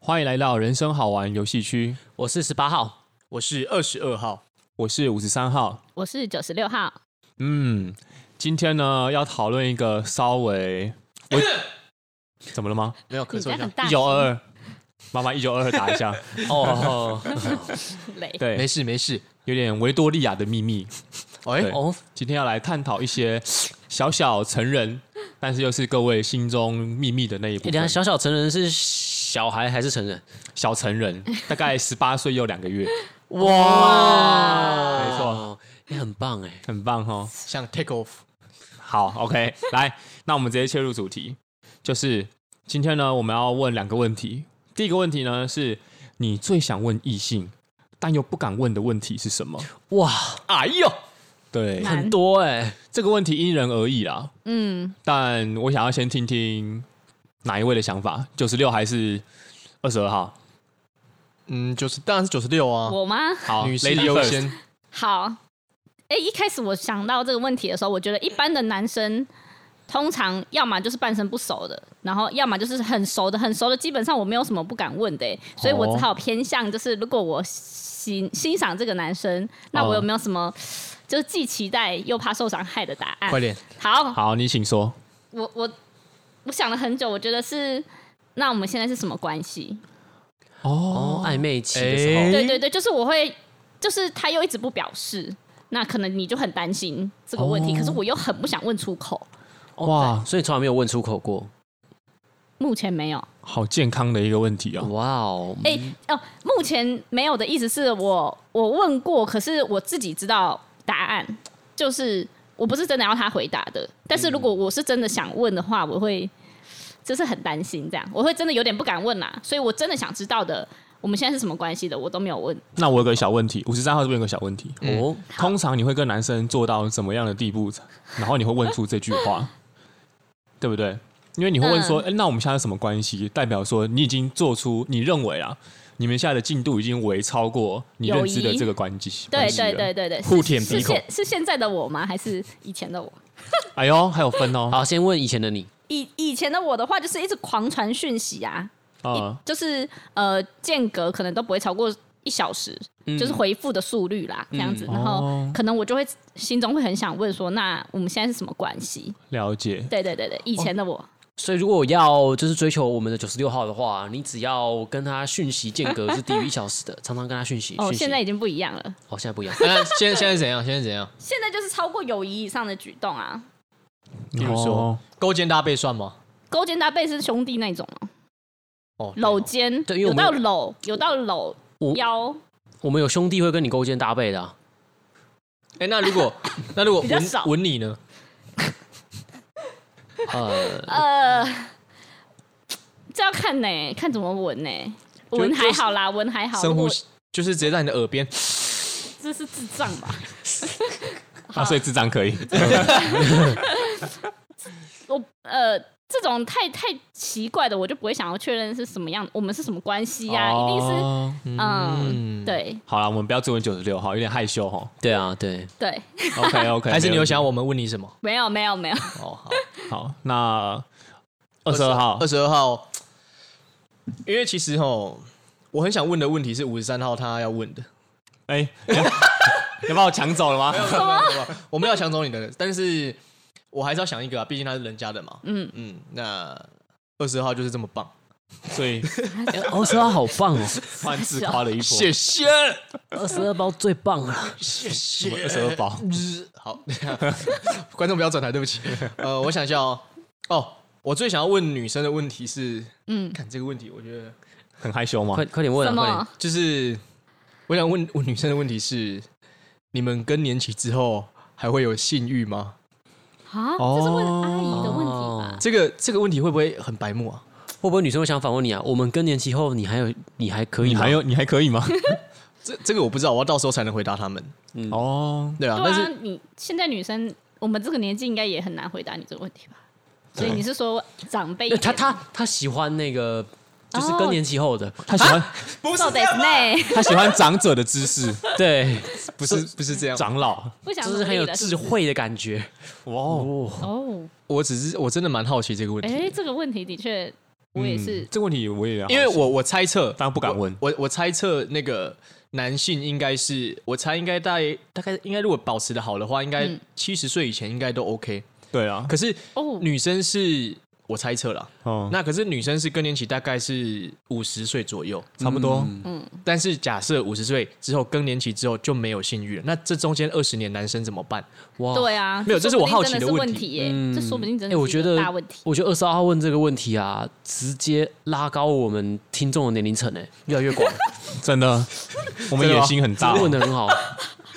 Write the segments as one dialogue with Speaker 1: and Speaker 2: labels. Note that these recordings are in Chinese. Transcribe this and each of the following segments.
Speaker 1: 欢迎来到人生好玩游戏区，
Speaker 2: 我是十八号，
Speaker 3: 我是二十二号，
Speaker 1: 我是五十三号。
Speaker 4: 我是九十六号，
Speaker 1: 嗯，今天呢要讨论一个稍微 我怎么了吗？
Speaker 3: 没有啊咳
Speaker 4: 你
Speaker 3: 嗽
Speaker 4: 家
Speaker 3: 一
Speaker 4: 很
Speaker 3: 下，
Speaker 4: 大
Speaker 1: 一九二二，妈妈一九二二打一 下。
Speaker 2: 哦，
Speaker 4: 雷，
Speaker 1: 对
Speaker 3: 没，事没事。
Speaker 1: 有点维多利亚的秘密。
Speaker 3: 哎
Speaker 1: 对
Speaker 2: 哦，
Speaker 1: 今天要来探讨一些小小成人，但是又是各位心中秘密的那一部
Speaker 2: 你等一下
Speaker 1: 分。
Speaker 2: 小小成人是小孩还是成人？
Speaker 1: 小成人，大概十八岁又两个月，
Speaker 2: 哇
Speaker 1: 没错，
Speaker 2: 你很棒哎，
Speaker 1: 很棒哦。
Speaker 3: 像 take off，
Speaker 1: 好，OK，来，那我们直接切入主题，就是今天呢，我们要问两个问题。第一个问题呢，是你最想问异性，但又不敢问的问题是什么？
Speaker 2: 哇，
Speaker 3: 哎呦，
Speaker 1: 对
Speaker 4: 难
Speaker 2: 很多哎，
Speaker 1: 这个问题因人而异啦。
Speaker 4: 嗯，
Speaker 1: 但我想要先听听哪一位的想法，九十六还是二十二号？
Speaker 3: 嗯，九十当然是九十六啊，
Speaker 4: 我吗？
Speaker 1: 好，
Speaker 3: 女士
Speaker 1: Lady
Speaker 3: 优
Speaker 1: first
Speaker 3: 先，
Speaker 4: 好，哎、一开始我想到这个问题的时候，我觉得一般的男生通常要么就是半生不熟的，然后要么就是很熟的，很熟的基本上我没有什么不敢问的、诶欸所以我只好偏向就是如果我欣欣赏这个男生，那我有没有什么就是既期待又怕受伤害的答案
Speaker 3: 快？点，
Speaker 4: 好，
Speaker 1: 好，你请说。
Speaker 4: 我我我想了很久，我觉得是。那我们现在是什么关系？
Speaker 2: 哦，暧昧期的时
Speaker 3: 哎
Speaker 2: 候，
Speaker 4: 对对对，就是我会，就是他又一直不表示，那可能你就很担心这个问题，
Speaker 1: 哦
Speaker 4: 可是我又很不想问出口，
Speaker 1: 哇
Speaker 3: 哦
Speaker 2: 哇，所以你从来没有问出口过，
Speaker 4: 目前没有。
Speaker 1: 好健康的一个问题哦。
Speaker 2: 哇哦，
Speaker 4: 哎、
Speaker 1: 嗯
Speaker 4: 哦、目前没有的意思是我我问过，可是我自己知道答案，就是我不是真的要他回答的，但是如
Speaker 1: 嗯
Speaker 4: 果我是真的想问的话，我会就是很担心这样，我会真的有点不敢问啦，所以我真的想知道的。我们现在是什么关系的？我都没有问。
Speaker 1: 那我有个小问题，五十三号这边有个小问题。
Speaker 4: 嗯
Speaker 2: 哦，
Speaker 1: 通常你会跟男生做到什么样的地步，然后你会问出这句 话，对不对？因为你会问
Speaker 4: 嗯
Speaker 1: 说，哎、那我们现在是什么关系？代表说你已经做出你认为啊，你们现在的进度已经为超过你认知的这个关系。
Speaker 4: 对
Speaker 1: 关系
Speaker 4: 对
Speaker 1: 了
Speaker 4: 对对对，是
Speaker 1: 互舔
Speaker 4: 是
Speaker 1: 鼻孔
Speaker 4: 现是现在的我吗？还是以前的我？
Speaker 1: 哎呦，还有分哦。
Speaker 2: 好，先问以前的你，
Speaker 4: 以以前的我的话，就是一直狂传讯息啊，
Speaker 1: 嗯，
Speaker 4: 就是呃间隔可能都不会超过一小时，
Speaker 2: 嗯
Speaker 4: 就是回复的速率啦，这样子。然后
Speaker 1: 哦
Speaker 4: 可能我就会心中会很想问说，那我们现在是什么关系？
Speaker 1: 了解。
Speaker 3: 哦
Speaker 4: 对对对对，以前的我，
Speaker 2: 所以如果我要就是追求我们的九十六号的话，你只要跟他讯息间隔是低于一小时的，常常跟他讯息，
Speaker 4: 哦，
Speaker 2: 讯息
Speaker 4: 现在已经不一样了，
Speaker 2: 哦现在不一样，
Speaker 3: 那现在现在怎样？现在怎样？
Speaker 4: 现在就是超过友谊以上的举动啊，
Speaker 1: 比
Speaker 3: 如说勾肩搭背算吗？
Speaker 4: 勾肩搭背是兄弟那种哦，
Speaker 3: 哦，对哦
Speaker 4: 搂肩，
Speaker 2: 对因为
Speaker 4: 有
Speaker 2: 我们
Speaker 4: 到搂，有到搂
Speaker 2: 我
Speaker 4: 腰，
Speaker 2: 我们有兄弟会跟你勾肩搭背的啊、
Speaker 3: 哎，那 如果那如果
Speaker 4: 比较
Speaker 3: 吻
Speaker 4: 少
Speaker 3: 吻 你呢？
Speaker 2: 呃，
Speaker 4: 呃，这要看呢、看怎么闻呢、闻还好啦，闻还好。
Speaker 3: 深
Speaker 4: 如
Speaker 3: 呼
Speaker 4: 果
Speaker 3: 吸，就是直接在你的耳边，
Speaker 4: 这是智障吧？
Speaker 1: 啊，所以智障可以。
Speaker 4: 我呃，这种太太奇怪的，我就不会想要确认是什么样，我们是什么关系 呀、一定是
Speaker 1: 哦
Speaker 4: 嗯，对
Speaker 1: 好了，我们不要追问九十六号，有点害羞哦 哈。
Speaker 2: 对啊，对，
Speaker 4: 对，
Speaker 1: OK OK，
Speaker 3: 还是你有想要
Speaker 1: 我？
Speaker 3: 我们问你什么？
Speaker 4: 没有没有没有，
Speaker 3: 哦，好，
Speaker 1: 好，那 二十二号
Speaker 3: 二，十二号，因为其实吼，我很想问的问题是五十三号他要问的，
Speaker 1: 哎， 要把我抢走了吗？
Speaker 3: 我没有抢走你的，但是我还是要想一个啊，毕竟他是人家的嘛。嗯嗯，那二十号就是这么棒，
Speaker 1: 所以
Speaker 2: 哎二十二好棒哦，
Speaker 1: 换自夸的一波。
Speaker 3: 谢，
Speaker 2: 二十二包最棒了，
Speaker 3: 谢谢
Speaker 1: 二十二包。
Speaker 3: 好，观众不要转台，对不起。呃，我想一下哦，哦，我最想要问女生的问题是，
Speaker 4: 嗯，
Speaker 3: 看这个问题，我觉得
Speaker 1: 很害羞吗
Speaker 2: 快？快点问
Speaker 4: 什
Speaker 2: 啊，快点
Speaker 4: 么？
Speaker 3: 就是我想问问女生的问题是，你们更年期之后还会有性欲吗？
Speaker 4: 啊？
Speaker 1: 哦
Speaker 4: 这是问阿姨的问题吧？
Speaker 3: 这个这个问题会不会很白目啊？
Speaker 2: 会不会女生会想反问你啊？我们更年期后，你还有，你还可以
Speaker 1: 你
Speaker 2: 吗？
Speaker 1: 还有你还可以吗？
Speaker 3: 这这个我不知道，我要到时候才能回答他们。
Speaker 1: 哦，
Speaker 3: 对啊，
Speaker 4: 对
Speaker 3: 但
Speaker 4: 啊
Speaker 3: 是，
Speaker 4: 你现在女生，我们这个年纪应该也很难回答你这个问题吧？所以你是说长辈一
Speaker 2: 呃
Speaker 4: 点？
Speaker 2: 他他他喜欢那个，就是更
Speaker 4: 哦
Speaker 2: 年期后的，啊
Speaker 1: 他喜欢
Speaker 3: 不
Speaker 4: 到底是内
Speaker 1: 他喜欢长者的姿势，
Speaker 2: 对，
Speaker 3: 不 是不是这样，
Speaker 1: 长老
Speaker 4: 不想
Speaker 2: 就是
Speaker 4: 努
Speaker 2: 很
Speaker 4: 力
Speaker 2: 有
Speaker 4: 了
Speaker 2: 智慧的感觉
Speaker 1: 哇，
Speaker 2: 哦。
Speaker 4: 哦。
Speaker 3: 我只是我真的蛮好奇这个问
Speaker 4: 哎、
Speaker 3: 题。
Speaker 4: 这个问题的确我也是
Speaker 1: 嗯，这个问题，我也
Speaker 3: 因为我我猜测，
Speaker 1: 当然不敢问
Speaker 3: 我我我猜测那个男性应该是，我猜应该大概大概应该如果保持的好的话，应该
Speaker 4: 嗯
Speaker 3: 七十岁以前应该都 OK。
Speaker 1: 对啊，
Speaker 3: 可是
Speaker 4: 哦
Speaker 3: 女生是我猜测啦，
Speaker 1: 哦，
Speaker 3: 那可是女生是更年期大概是五十岁左右，
Speaker 1: 差不多，
Speaker 3: 但是假设五十岁之后更年期之后就没有性欲了，那这中间二十年男生怎么办？
Speaker 2: 哇，
Speaker 4: 对啊，
Speaker 3: 没有这是我好奇
Speaker 4: 的
Speaker 3: 的
Speaker 4: 是
Speaker 3: 问
Speaker 4: 问
Speaker 3: 题
Speaker 4: 耶、这说不定真
Speaker 2: 哎、
Speaker 4: 的
Speaker 2: 我
Speaker 4: 是
Speaker 2: 觉
Speaker 4: 一
Speaker 2: 得
Speaker 4: 个大问题。
Speaker 2: 我觉得二十二号问这个问题啊，直接拉高我们听众的年龄层 哎，越来越广，
Speaker 1: 真的，我们
Speaker 3: 真的
Speaker 1: 野
Speaker 3: 吗
Speaker 1: 心很
Speaker 2: 这
Speaker 1: 大
Speaker 2: 个
Speaker 1: 哦，
Speaker 2: 问的很好。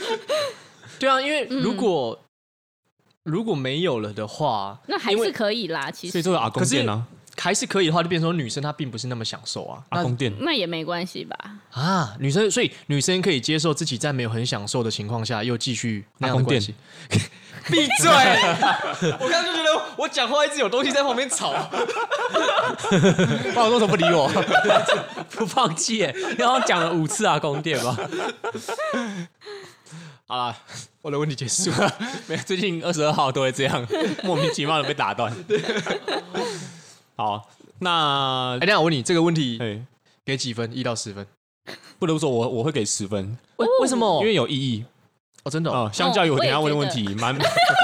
Speaker 3: 对啊，因为如果、如果没有了的话，
Speaker 4: 那还
Speaker 3: 因为
Speaker 4: 是可以啦，其
Speaker 1: 所以
Speaker 4: 实
Speaker 1: 这个阿公
Speaker 3: 可是
Speaker 1: 店呢，
Speaker 3: 还是可以的话，就变成说女生她并不是那么享受啊。
Speaker 1: 阿公店，
Speaker 4: 那也没关系吧。
Speaker 3: 那啊，女生所以女生可以接受自己在没有很享受的情况下，又继续那样的关系。 闭嘴！我刚刚就觉得我讲话一直有东西在旁边吵，
Speaker 1: 爸，为什么不理我？
Speaker 2: 不放弃欸耶，然后讲了五次啊，宫殿 吧。
Speaker 3: 好啦，我的问题结束哎了。
Speaker 1: 没有，最近二十二号都会这样， 莫名其妙的被打 断。好，那
Speaker 3: 哎、等一下我问你这个问题
Speaker 1: 哎，
Speaker 3: 给几分？一到十分？
Speaker 1: 不得不说，我我会给十分，
Speaker 2: 为为什
Speaker 1: 因
Speaker 2: 么？
Speaker 1: 为有意义
Speaker 3: 哦，真的、哦
Speaker 1: 啊。相较于我
Speaker 4: 我
Speaker 1: 等
Speaker 4: 也
Speaker 1: 一下问的
Speaker 4: 觉
Speaker 1: 问
Speaker 4: 得嗯
Speaker 1: 题，蛮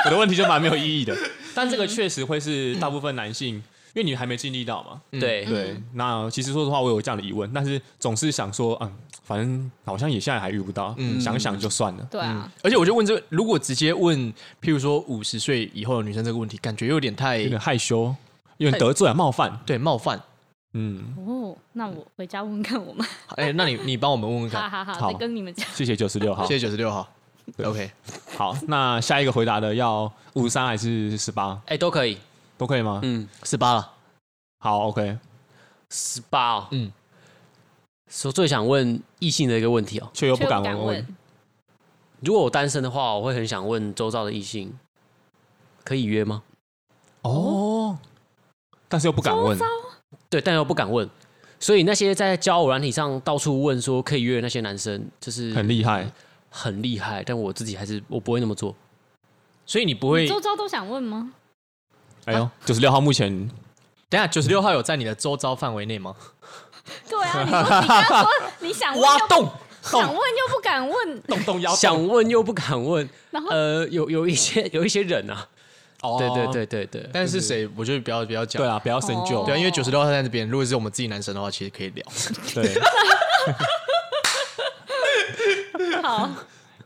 Speaker 1: 我的问题就蛮没有意义 的。但这个确实会是大部分男性，因为你还没经历到
Speaker 3: 嗯
Speaker 1: 嘛。
Speaker 2: 嗯对
Speaker 1: 对，那其实说实话，我有这样的疑问，但是总是想说，嗯，反正好像也现在还遇不到，
Speaker 3: 嗯
Speaker 1: 想想就算了。
Speaker 4: 对啊，
Speaker 3: 而且我就问这个，如果直接问，譬如说五十岁以后的女生这个问题，感觉有点太
Speaker 1: 有点害羞，有点得罪啊，冒犯。
Speaker 3: 对 冒犯。
Speaker 1: 嗯，
Speaker 4: 哦，那我回家问问看我妈，
Speaker 3: 哎、那你你帮我们问问
Speaker 4: 好
Speaker 3: 看，
Speaker 4: 好好，
Speaker 1: 好啊
Speaker 4: 再跟你们讲。
Speaker 1: 谢谢九十六号
Speaker 3: 谢。谢九十六号。OK，
Speaker 1: 好，那下一个回答的要五十三还是十八
Speaker 2: 哎、都可以。
Speaker 1: 都可以吗？
Speaker 2: 嗯，
Speaker 3: 十八了，
Speaker 1: 好，OK，
Speaker 2: 十八、哦。
Speaker 3: 嗯
Speaker 2: 嗯，我最想问异性的一个问题哦。
Speaker 1: 却又不
Speaker 4: 却
Speaker 1: 敢
Speaker 4: 不敢
Speaker 1: 问问。
Speaker 2: 如果我单身的话，我会很想问周遭的异性，可以约吗？
Speaker 1: 哦，但是又不敢问
Speaker 4: 周遭，
Speaker 2: 对，但又不敢问。所以那些在交友软体上到处问说可以约的那些男生，就是
Speaker 1: 很厉害。
Speaker 2: 很厉害，但我自己还是我不会那么做。
Speaker 3: 所以你不
Speaker 4: 你
Speaker 3: 会
Speaker 4: 周遭都想问吗？
Speaker 1: 哎呦，九十六号目前
Speaker 3: 等一下九十六号有在你的周遭范围内吗？
Speaker 4: 对啊，你说你刚刚说你想问又
Speaker 3: 洞，
Speaker 4: 想问又不敢问，
Speaker 1: 动动腰
Speaker 2: 想问又不敢问，
Speaker 4: 然后
Speaker 2: 呃，有有一些 有一些人啊，
Speaker 1: 哦
Speaker 2: 对对，对对对，
Speaker 3: 但是谁，我觉得不要不要讲。
Speaker 1: 对啊，不要深究，哦
Speaker 3: 对啊，因为九十六号在那边，如果是我们自己男生的话，其实可以聊。
Speaker 1: 对，
Speaker 4: 好，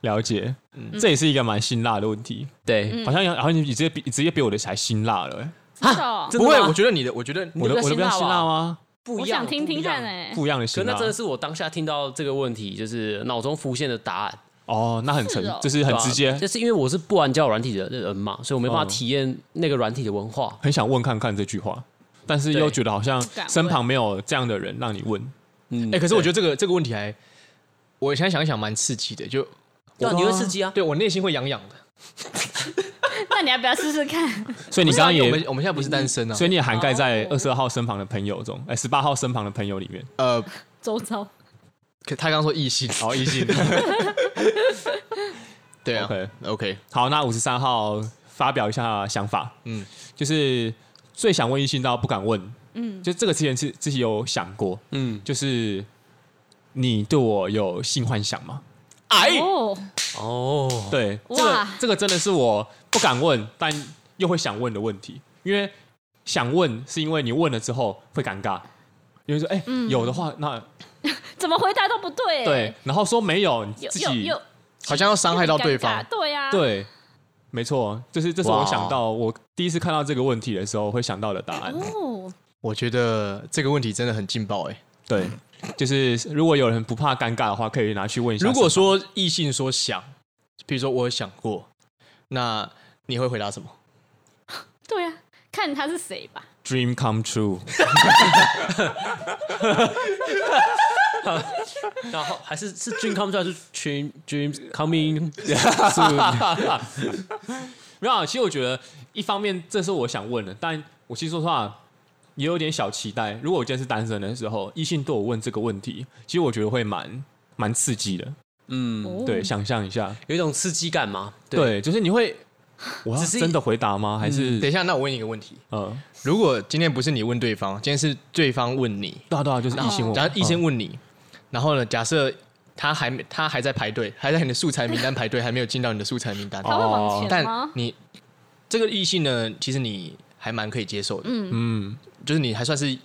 Speaker 1: 了解。这也是一个蛮辛辣的问题，
Speaker 4: 嗯
Speaker 2: 对，
Speaker 1: 好像好像你直接比直接比我的还辛辣了。哎
Speaker 4: 真的哦
Speaker 2: 真
Speaker 3: 不
Speaker 2: 的
Speaker 3: 会，
Speaker 2: 吗
Speaker 3: 我觉得你的，我觉得
Speaker 1: 我的
Speaker 2: 你
Speaker 1: 我
Speaker 2: 比较
Speaker 1: 的比较
Speaker 2: 辛辣吧
Speaker 1: 辛辣吗？
Speaker 2: 啊不
Speaker 4: 我
Speaker 2: 一样，
Speaker 4: 想听
Speaker 2: 不一
Speaker 4: 听
Speaker 2: 样
Speaker 4: 看。哎，
Speaker 1: 不一样的
Speaker 2: 可
Speaker 1: 辛
Speaker 2: 那
Speaker 3: 啊
Speaker 1: 辣
Speaker 2: 真。的是我当下听到这个问题，就是脑中浮现的答案，
Speaker 1: 哦，那很沉
Speaker 4: 是哦，
Speaker 1: 就是很
Speaker 2: 对吧啊
Speaker 1: 直接，
Speaker 2: 就是因为我是不玩交友软体的人嘛，所以我没办法
Speaker 1: 嗯
Speaker 2: 体验那个软体的文化。
Speaker 1: 很想问看看这句话，但是又
Speaker 2: 对
Speaker 1: 觉得好像
Speaker 4: 不敢问
Speaker 1: 身旁没有这样的人让你问。
Speaker 2: 嗯，
Speaker 3: 哎、可是我觉得这个这个问题还，我现在想一想蛮刺激的，就
Speaker 2: 对啊，你会刺激啊，
Speaker 3: 对我内心会痒痒的。
Speaker 4: 那你要不要试试看？
Speaker 1: 所以你刚刚
Speaker 3: 我
Speaker 1: 也嗯
Speaker 3: 们我们现在不是单身啊，
Speaker 1: 所以你也涵盖在
Speaker 4: 哦
Speaker 1: 二十二号身旁的朋友中，哎，十八号身旁的朋友里面。
Speaker 3: 呃，
Speaker 4: 周遭
Speaker 3: 可他刚说异性，
Speaker 1: 好，哦异性。
Speaker 3: 对啊
Speaker 1: OK
Speaker 3: ，OK，
Speaker 1: 好，那五十三号发表一下想法，
Speaker 3: 嗯，
Speaker 1: 就是最想问异性到不敢问，嗯，就这个之前是自己有想过，
Speaker 2: 嗯，
Speaker 1: 就是你对我有性幻想吗？
Speaker 3: 哎
Speaker 4: 哦，
Speaker 2: 哦，
Speaker 1: 对，这
Speaker 4: 哇
Speaker 1: 个这个真的是我不敢问，但又会想问的问题，因为想问是因为你问了之后会尴尬，因为说哎、有的话那
Speaker 4: 怎么回答都不对，欸
Speaker 1: 对，，然后说没有你
Speaker 4: 又
Speaker 1: 自
Speaker 4: 又
Speaker 1: 己
Speaker 4: 又
Speaker 3: 好像要伤害到对
Speaker 4: 又很
Speaker 3: 方
Speaker 4: 尴尬，对啊呀，，
Speaker 1: 对，没错，就是这是我
Speaker 2: 哇
Speaker 1: 想到我第一次看到这个问题的时候会想到的答案。
Speaker 4: 哦，
Speaker 3: 我觉得这个问题真的很劲爆哎、
Speaker 1: 对，就是如果有人不怕尴尬的话，可以拿去问一下。
Speaker 3: 如果说异性说想，比如说我有想过，那你会回答什么？
Speaker 4: 对呀，看他是谁吧。
Speaker 1: dream come true，
Speaker 2: 然后还是是 dream come true 还是 dream dream coming？
Speaker 1: 没有啊，其实我觉得一方面这是我想问的，但我其实说实话也有点小期待。如果我今天是单身的时候，异性对我问这个问题，其实我觉得会蛮蛮刺激的。
Speaker 2: 嗯，
Speaker 4: 哦
Speaker 1: 对，想象一下，
Speaker 2: 有一种刺激感嘛。
Speaker 1: 对，就是你会我要
Speaker 2: 只是
Speaker 1: 真的回答吗？还是
Speaker 3: 等一下，那我问你一个问题：
Speaker 1: 呃，
Speaker 3: 如果今天不是你问对方，今天是对方问你，
Speaker 1: 对啊对啊，就是异性我，
Speaker 3: 然后医生问你，然后呢，假设他还没他还在排队，还在你的素材名单排队，还没有进到你的素材名单，
Speaker 4: 他会往
Speaker 1: 哦
Speaker 4: 前
Speaker 3: 但
Speaker 4: 吗？
Speaker 3: 你这个异性呢，其实你还蛮可以接受的，
Speaker 1: 嗯，
Speaker 3: 就是你还算是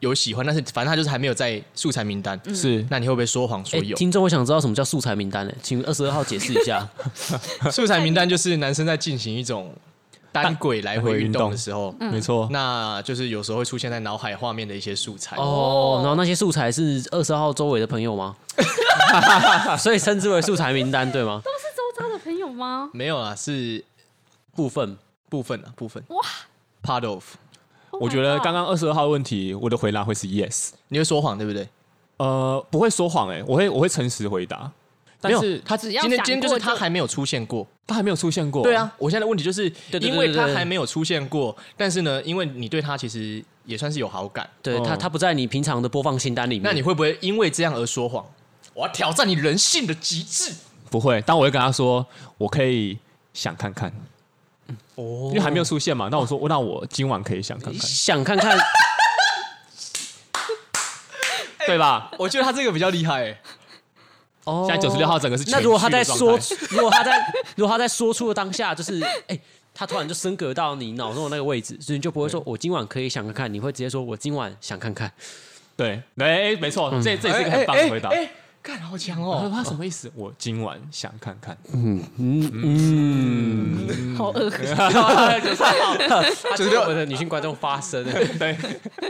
Speaker 3: 有喜欢，但是反正他就是还没有在素材名单。
Speaker 1: 是
Speaker 3: 那你会不会说谎说
Speaker 2: 哎，
Speaker 3: 有？
Speaker 2: 听众，我想知道什么叫素材名单呢？请二十二号解释一下。
Speaker 3: 素材名单就是男生在进行一种单轨来回运动的时候，
Speaker 1: 没错，
Speaker 3: 那就是有时候会出现在脑海画面的一些素材。
Speaker 2: 哦，然后那些素材是二十号周围的朋友吗？所以称之为素材名单对吗？
Speaker 4: 都是周遭的朋友吗？
Speaker 3: 没有啦，啊是
Speaker 2: 部分
Speaker 3: 部分啊，部分
Speaker 4: 哇
Speaker 3: ，part of。
Speaker 4: Oh
Speaker 1: 我觉得
Speaker 4: my god
Speaker 1: 刚刚二十二号的问题，我的回答会是 yes，
Speaker 3: 你会说谎对不对？
Speaker 1: 呃，不会说谎哎、我会我会诚实回答，但
Speaker 3: 没有
Speaker 1: 是
Speaker 3: 他
Speaker 4: 只要
Speaker 3: 今天
Speaker 4: 想
Speaker 3: 今天就
Speaker 4: 过
Speaker 3: 是他
Speaker 4: 就
Speaker 3: 还没有出现过。
Speaker 1: 他还没有出现过，
Speaker 3: 对，啊，我现在的问题就是
Speaker 2: 对对，对
Speaker 3: 因为
Speaker 2: 对
Speaker 3: 他
Speaker 2: 对
Speaker 3: 还没有出现过，但是呢，因为你对他其实也算是有好感，
Speaker 2: 对
Speaker 1: 哦
Speaker 2: 他，他不在你平常的播放清单里面。
Speaker 3: 那你会不会因为这样而说谎？我要挑战你人性的极致
Speaker 1: 不会，但我会跟他说，我可以想看看，
Speaker 3: 哦哎
Speaker 1: 因为还没有出现嘛，那我说那我今晚可以想看看，
Speaker 2: 想看看，
Speaker 1: 对吧？
Speaker 3: 我觉得他这个比较厉害、欸，
Speaker 2: 哦
Speaker 1: 现在96号整个是
Speaker 2: 那如果他
Speaker 1: 全
Speaker 2: 在
Speaker 1: 虚的
Speaker 2: 说
Speaker 1: 状态，
Speaker 2: 如果他在，如果他在说出的当下，就是哎、他突然就升格到你脑中的那个位置，所以你就不会说我今晚可以想看看，你会直接说我今晚想看看。
Speaker 1: 对，哎、没错，这这也是一个很棒的回答。
Speaker 3: 嗯哎、干好强
Speaker 1: 我说
Speaker 3: 哦！
Speaker 1: 他什么意思？我今晚想看看，
Speaker 4: 好恶，
Speaker 2: 就是我们的女性观众发声，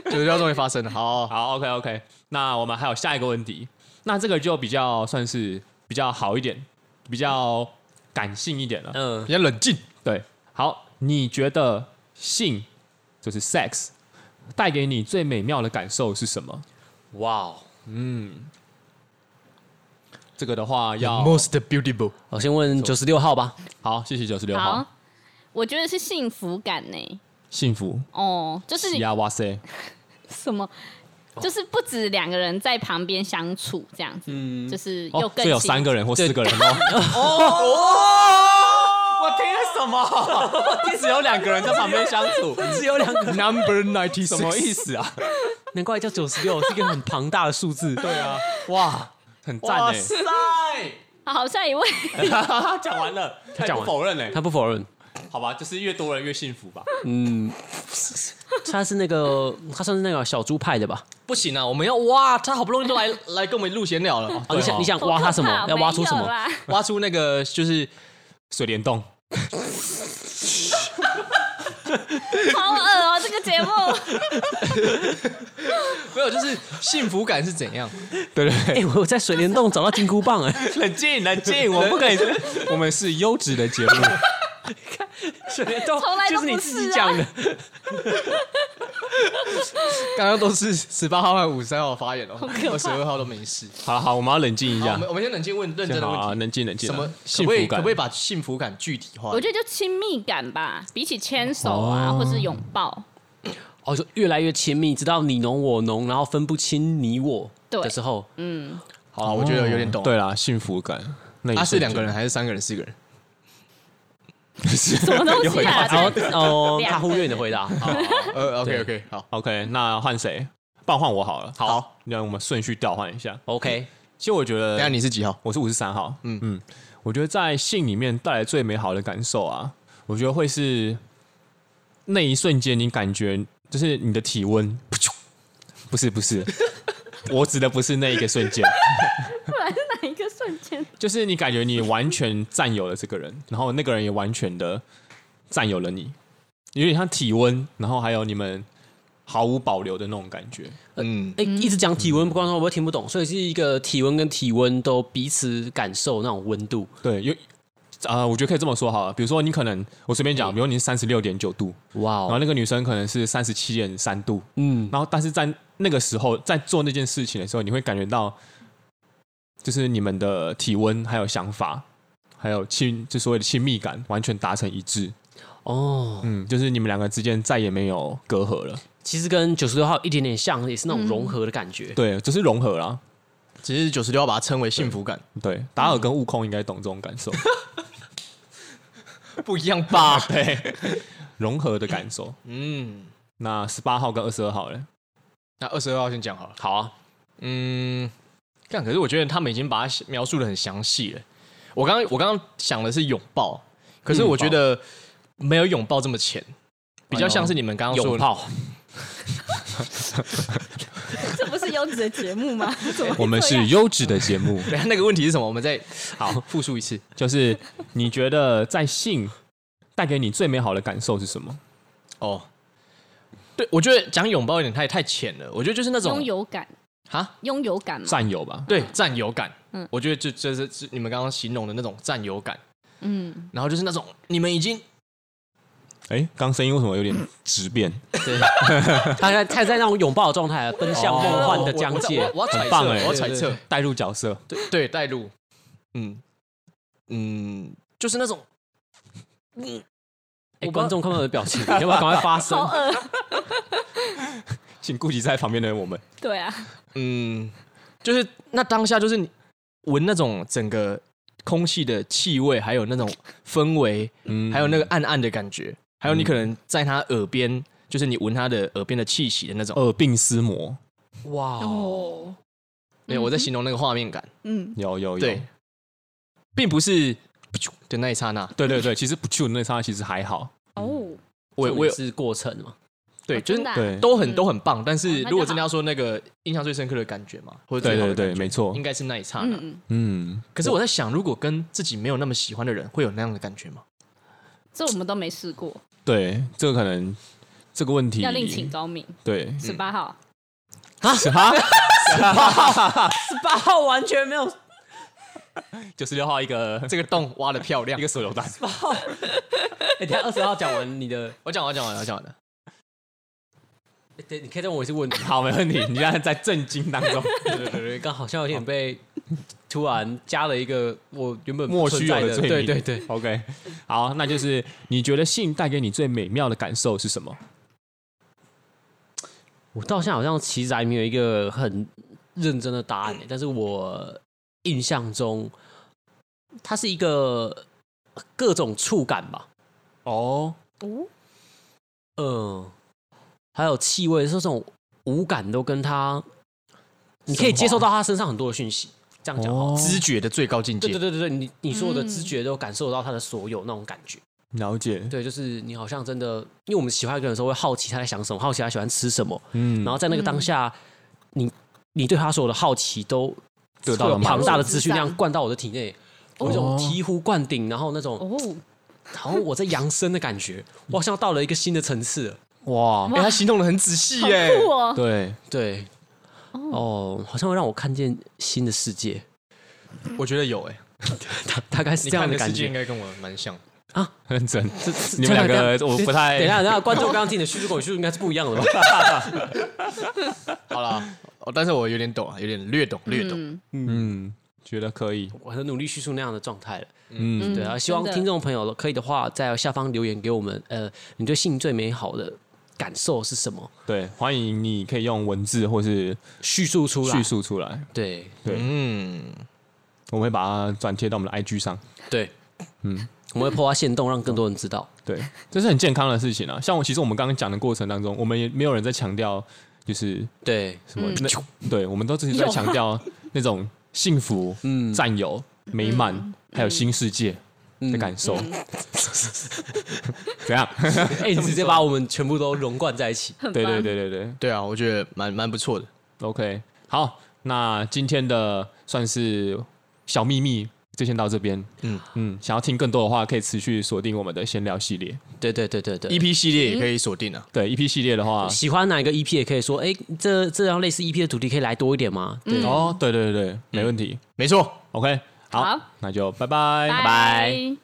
Speaker 3: 九十六终于发生了，好，
Speaker 1: 好，OK OK。那我们还有下一个问题，那这个就比较算是比较好一点，比较感性一点了。
Speaker 2: 嗯，
Speaker 3: 比较冷静。
Speaker 1: 对，好，你觉得性就是 sex 带给你最美妙的感受是什么？
Speaker 2: 哇哦！
Speaker 1: 这个的话
Speaker 3: The
Speaker 1: 要
Speaker 3: most beautiful，
Speaker 2: 我先问九十六号吧，
Speaker 1: 好，谢谢九十六号
Speaker 4: 好，，我觉得是幸福感呢、
Speaker 1: 幸福
Speaker 4: 哦，就是
Speaker 1: 呀，哇塞，
Speaker 4: 什么，就是不止两个人在旁边相处这样子，就是又
Speaker 1: 哦，
Speaker 4: 更
Speaker 1: 这有
Speaker 4: 幸
Speaker 1: 三个人或四个人哦，
Speaker 3: 我听了什么？
Speaker 1: 只有两个人在旁边相 处
Speaker 2: 只有两个，
Speaker 1: ，Number ninety 什么意思啊？
Speaker 2: 难怪叫九十六，是一个很庞大的数字。
Speaker 1: 对啊，哇，很赞
Speaker 3: 哇
Speaker 1: 哎、
Speaker 3: 塞！
Speaker 4: 好，下一位，
Speaker 1: 讲完了，他
Speaker 2: 讲完
Speaker 1: 不否认哎、
Speaker 2: 他不否认，
Speaker 1: 好吧，就是越多人越幸福吧。
Speaker 2: 他是那个，他算是那个小猪派的吧？
Speaker 3: 不行啊，我们要挖他，好不容易都来 来跟我们录闲聊
Speaker 4: 哦
Speaker 3: 了，
Speaker 2: 啊，你想你想挖他什么？要挖出什么？
Speaker 3: 挖出那个就是
Speaker 1: 水帘洞，
Speaker 4: 好恶哦，这个节目
Speaker 3: 没有，就是幸福感是怎样？
Speaker 1: 对不对？
Speaker 2: 哎，我在水帘洞找到金箍棒，哎，
Speaker 1: 冷静 冷静，我们不可以，我们是优质的节目。
Speaker 2: 水帘洞
Speaker 4: 从来都
Speaker 2: 就
Speaker 4: 不是啊
Speaker 2: 你自己讲的。
Speaker 3: 刚刚都是十八号和五十三号发言哦，二十二号都没事。
Speaker 1: 好了好，我们要冷静一
Speaker 3: 好，我
Speaker 1: 下
Speaker 3: 啊们，我们先冷静问认真
Speaker 1: 先
Speaker 3: 的
Speaker 1: 好啊，
Speaker 3: 问题，
Speaker 1: 冷静冷静啊。
Speaker 3: 什么可
Speaker 1: 幸
Speaker 3: 不可以
Speaker 1: 福
Speaker 3: 可
Speaker 1: 感
Speaker 3: 不可以？把幸福感具体化？
Speaker 4: 我觉得就亲密感吧，比起牵手啊，
Speaker 1: 哦
Speaker 4: 或是拥抱，
Speaker 2: 哦，就越来越亲密，直到你侬我侬，然后分不清你我
Speaker 4: 对嗯
Speaker 2: 的时候，
Speaker 3: 好，啊我觉得有点懂。
Speaker 1: 哦对，啦，幸福感。那
Speaker 3: 他
Speaker 1: 他
Speaker 3: 是 两个人，还是三个人、四 个人？
Speaker 1: 什
Speaker 4: 么东西啊
Speaker 2: 然后哦，
Speaker 4: 两个
Speaker 2: 他忽略你的 回答，哦好
Speaker 3: 呃
Speaker 2: 对
Speaker 3: ，OK OK，好，
Speaker 1: OK，那换谁？不然换我好了。
Speaker 3: 好，
Speaker 1: 那我们顺序调换一下。
Speaker 2: ，OK，
Speaker 1: 其实我觉得
Speaker 3: 等一下你是几号？
Speaker 1: 我是五十三号，
Speaker 3: 嗯
Speaker 1: 嗯嗯，我觉得在性里面带来最美好的感受啊，我觉得会是那一瞬间，你感觉就是你的体温，噗啾不是不 是，我指的不是那一个瞬间，
Speaker 4: 不然是哪一个瞬间？
Speaker 1: 就是你感觉你完全占有了这个人，然后那个人也完全的占有了你，有点像体温，然后还有你们毫无保留的那种感觉，
Speaker 3: 嗯，
Speaker 2: 哎，一直讲体温，不光我会听不懂，所以是一个体温跟体温都彼此感受那种温度，
Speaker 1: 对，有。啊、我觉得可以这么说好了。比如说，你可能我随便讲，比如你是三十六点九度，
Speaker 2: 哇
Speaker 1: 然后
Speaker 2: 哦，
Speaker 1: 那个女生可能是三十七点三度，
Speaker 2: 嗯，
Speaker 1: 然后但是在那个时候在做那件事情的时候，你会感觉到，就是你们的体温、还有想法、还有亲，就所谓的亲密感完全达成一致。
Speaker 2: 哦，
Speaker 1: 嗯，就是你们两个之间再也没有隔阂了，
Speaker 2: 其实跟九十六号一点点像，也是那种融合的感觉，
Speaker 1: 对，就是融合啦。
Speaker 3: 只是九十六要把它称为幸福感，
Speaker 1: 对，达尔跟悟空应该懂这种感受。
Speaker 3: 不一样吧？
Speaker 1: 对，融合的感受。
Speaker 3: 嗯，
Speaker 1: 那十八号跟二十二号嘞？
Speaker 3: 那二十二号先讲好了。
Speaker 2: 好啊，
Speaker 3: 嗯，但可是我觉得他们已经把它描述的很详细了。我刚刚我刚刚想的是拥抱，可是我觉得没有拥抱这么浅，比较像是你们刚刚说
Speaker 2: 哎拥
Speaker 3: 的。
Speaker 2: 抱，
Speaker 4: 这不是优质的节目吗？怎么会
Speaker 1: 我们
Speaker 4: 这
Speaker 1: 是
Speaker 4: 样
Speaker 1: 优质的节 目，
Speaker 3: 等一下 那个问题是什么？我们再好 复述一次。
Speaker 1: 就是你觉得在性带给你最美好的感受是什么？
Speaker 3: 哦，对，我觉得讲拥抱有点太太浅了。我觉得就是那
Speaker 4: 拥
Speaker 3: 种
Speaker 4: 有感，
Speaker 3: 啊，
Speaker 4: 拥有感嘛。
Speaker 1: 占有吧。
Speaker 3: 对，占有感。
Speaker 4: 嗯
Speaker 3: 我觉得就就是就是你们刚刚形容的那种占有感，
Speaker 4: 嗯，
Speaker 3: 然后就是那种你们已经
Speaker 1: 哎，刚声音为什么有点直 变？
Speaker 3: 对
Speaker 2: 他在他在那种拥抱的状态，啊奔向哦梦幻的疆界
Speaker 3: 哦
Speaker 2: 欸
Speaker 3: 我。我我我要
Speaker 1: 很
Speaker 3: 揣
Speaker 1: 棒
Speaker 3: 测，
Speaker 1: 哎
Speaker 3: 我要揣
Speaker 1: 对
Speaker 3: 测，
Speaker 1: 带入角色，
Speaker 3: 对对，带入，嗯嗯，就是那种
Speaker 2: 哎，
Speaker 3: 我
Speaker 2: 观众看不到我的表情， 要不要赶快发声
Speaker 4: 好？饿。
Speaker 1: 请顾及在旁边的我们。
Speaker 4: 对啊，
Speaker 3: 嗯，就是那当下就是你闻那种整个空气的气味，还有那种氛围，
Speaker 1: 嗯
Speaker 3: 还有那个暗暗的感觉，还有你可能在他耳边，就是你闻他的耳边的气息的那种。
Speaker 1: 耳鬓厮磨，
Speaker 2: 哇，
Speaker 4: 哦，
Speaker 3: 没有，我在形容那个画面感，
Speaker 4: 嗯，
Speaker 1: 有哦有有。
Speaker 3: 对，并不是的那一刹那。
Speaker 1: 对对对，其实不去那刹其实还好。
Speaker 4: 哦，
Speaker 3: 我
Speaker 2: 重
Speaker 3: 我
Speaker 2: 点
Speaker 3: 有
Speaker 2: 是过程嘛，
Speaker 3: 对，
Speaker 4: 哦
Speaker 3: 就是
Speaker 4: 真的啊
Speaker 1: 对
Speaker 3: 都很
Speaker 4: 嗯
Speaker 3: 都很棒，但是
Speaker 4: 哦那就
Speaker 3: 如果真的要说那个印象最深刻的感觉嘛，或者
Speaker 1: 对
Speaker 3: 最好的
Speaker 1: 对对，
Speaker 3: 感觉
Speaker 1: 没错
Speaker 3: 应。该是那一刹那。
Speaker 4: 嗯，
Speaker 1: 嗯，
Speaker 3: 可是我在想，如果跟自己没有那么喜欢的人，会有那样的感觉吗？
Speaker 4: 这我们都没试过，
Speaker 1: 对，这个可能这个问题
Speaker 4: 要另请高明。
Speaker 1: 对，
Speaker 4: 十八号，
Speaker 2: 十八号完全没有，
Speaker 1: 九十六号一个
Speaker 3: 这个洞挖的漂亮
Speaker 1: 一。个手榴弹，
Speaker 2: 哎，等一下二十号讲完你的，
Speaker 3: 我讲完，我讲完了，我讲完了。
Speaker 2: 哎对，你可以再问我一次问题。
Speaker 1: 好，没问题。你现在在震惊当中，
Speaker 2: 对对对，刚好像有点被突然加了一个我原本
Speaker 1: 莫
Speaker 2: 不
Speaker 1: 须
Speaker 2: 存
Speaker 1: 有
Speaker 2: 在的，
Speaker 1: 罪
Speaker 2: 对
Speaker 1: 名。
Speaker 2: 对对，
Speaker 1: ，OK，好，那就是你觉得性带给你最美妙的感受是什么？
Speaker 2: 我到现在好像其实还没有一个很认真的答案欸、但是我印象中，它是一个各种触感吧，
Speaker 1: 哦，
Speaker 4: 哦，
Speaker 2: 嗯，还有气味，这种五感都跟它，你可以接受到它身上很多的讯息。这样讲好了，
Speaker 1: 哦
Speaker 3: 知觉的最高境界。
Speaker 2: 对对对对对，你你所有的知
Speaker 4: 嗯
Speaker 2: 觉都感受到它的所有那种感觉。
Speaker 1: 了解，
Speaker 2: 对，就是你好像真的，因为我们喜欢一个人的时候会好奇他在想什么，好奇他喜欢吃什么，
Speaker 1: 嗯
Speaker 4: 哦
Speaker 2: 然后在那个当下，你你对他所有的好奇都
Speaker 1: 得
Speaker 2: 会
Speaker 1: 到
Speaker 2: 有
Speaker 1: 了满
Speaker 2: 庞
Speaker 1: 足
Speaker 2: 大的资讯量灌到我的体内，有一种
Speaker 1: 哦
Speaker 2: 醍醐灌顶，然后那种
Speaker 4: 哦，
Speaker 2: 好像我在扬升的感觉，我好像到了一个新的层次了。
Speaker 1: 哇，
Speaker 3: 哎，他形容的很仔细
Speaker 4: 好
Speaker 3: 耶。
Speaker 4: 酷哦，
Speaker 1: 对，
Speaker 2: 对，哦，好像会让我看见新的世界，
Speaker 3: 我觉得有哎，
Speaker 2: 大大概是
Speaker 3: 你
Speaker 2: 这样
Speaker 3: 看
Speaker 2: 的
Speaker 3: 的世
Speaker 2: 感
Speaker 3: 界应
Speaker 2: 觉。
Speaker 3: 该跟我蛮像。
Speaker 1: 认真。
Speaker 2: 这这
Speaker 1: 你们
Speaker 2: 这
Speaker 1: 两个
Speaker 2: 这
Speaker 1: 我不太
Speaker 2: 等一下，等一下，观众刚刚听你的叙述跟我叙述应该是不一样的吧？
Speaker 3: 好啦， 哦，但是我有点懂啊，有点略懂，略懂。
Speaker 4: 嗯
Speaker 1: 嗯，觉得可以，
Speaker 2: 我很努力叙述那样的状态了。
Speaker 1: 嗯，
Speaker 2: 对啊，希望听，众朋友可以的话，在下方留言给我们，呃，你对性最美好的感受是什么？
Speaker 1: 对，欢迎你可以用文字或是
Speaker 2: 叙述出来。
Speaker 1: 叙述出来，
Speaker 2: 对
Speaker 3: 嗯，
Speaker 1: 我们会把它转贴到我们的 IG 上。
Speaker 2: 对，嗯，我们会破发现动，让更多人知道。
Speaker 1: 对，这是很健康的事情啊。像我，其实我们刚刚讲的过程当中，我们也没有人在强调就是
Speaker 2: 对，
Speaker 1: 什么，那对，我们都只是在
Speaker 4: 有
Speaker 1: 强调那种幸福、
Speaker 2: 嗯，
Speaker 1: 占有、美满，还有新世界的感受。 怎样？
Speaker 2: 哎，你直接把我们全部都融贯在一起。
Speaker 4: 对
Speaker 1: 对对，对对对
Speaker 3: 对啊，我觉得蛮蛮不错的。
Speaker 1: ，OK。好，那今天的算是小秘密。就先到这边，嗯
Speaker 3: 嗯
Speaker 1: 嗯，想要听更多的话，可以持续锁定我们的闲聊系列。
Speaker 2: 对对对对对。
Speaker 3: EP E 系列也可以锁定啊。
Speaker 1: 对，一批系列的话，
Speaker 2: 喜欢哪一个 EP 也可以说，哎，这这样类似 EP 的主题可以来多一点吗？
Speaker 4: 嗯
Speaker 2: 对，
Speaker 1: 哦，对对对对，没问题。
Speaker 3: 没错。
Speaker 1: OK，好
Speaker 4: 好，
Speaker 1: 那就拜拜，
Speaker 4: 拜。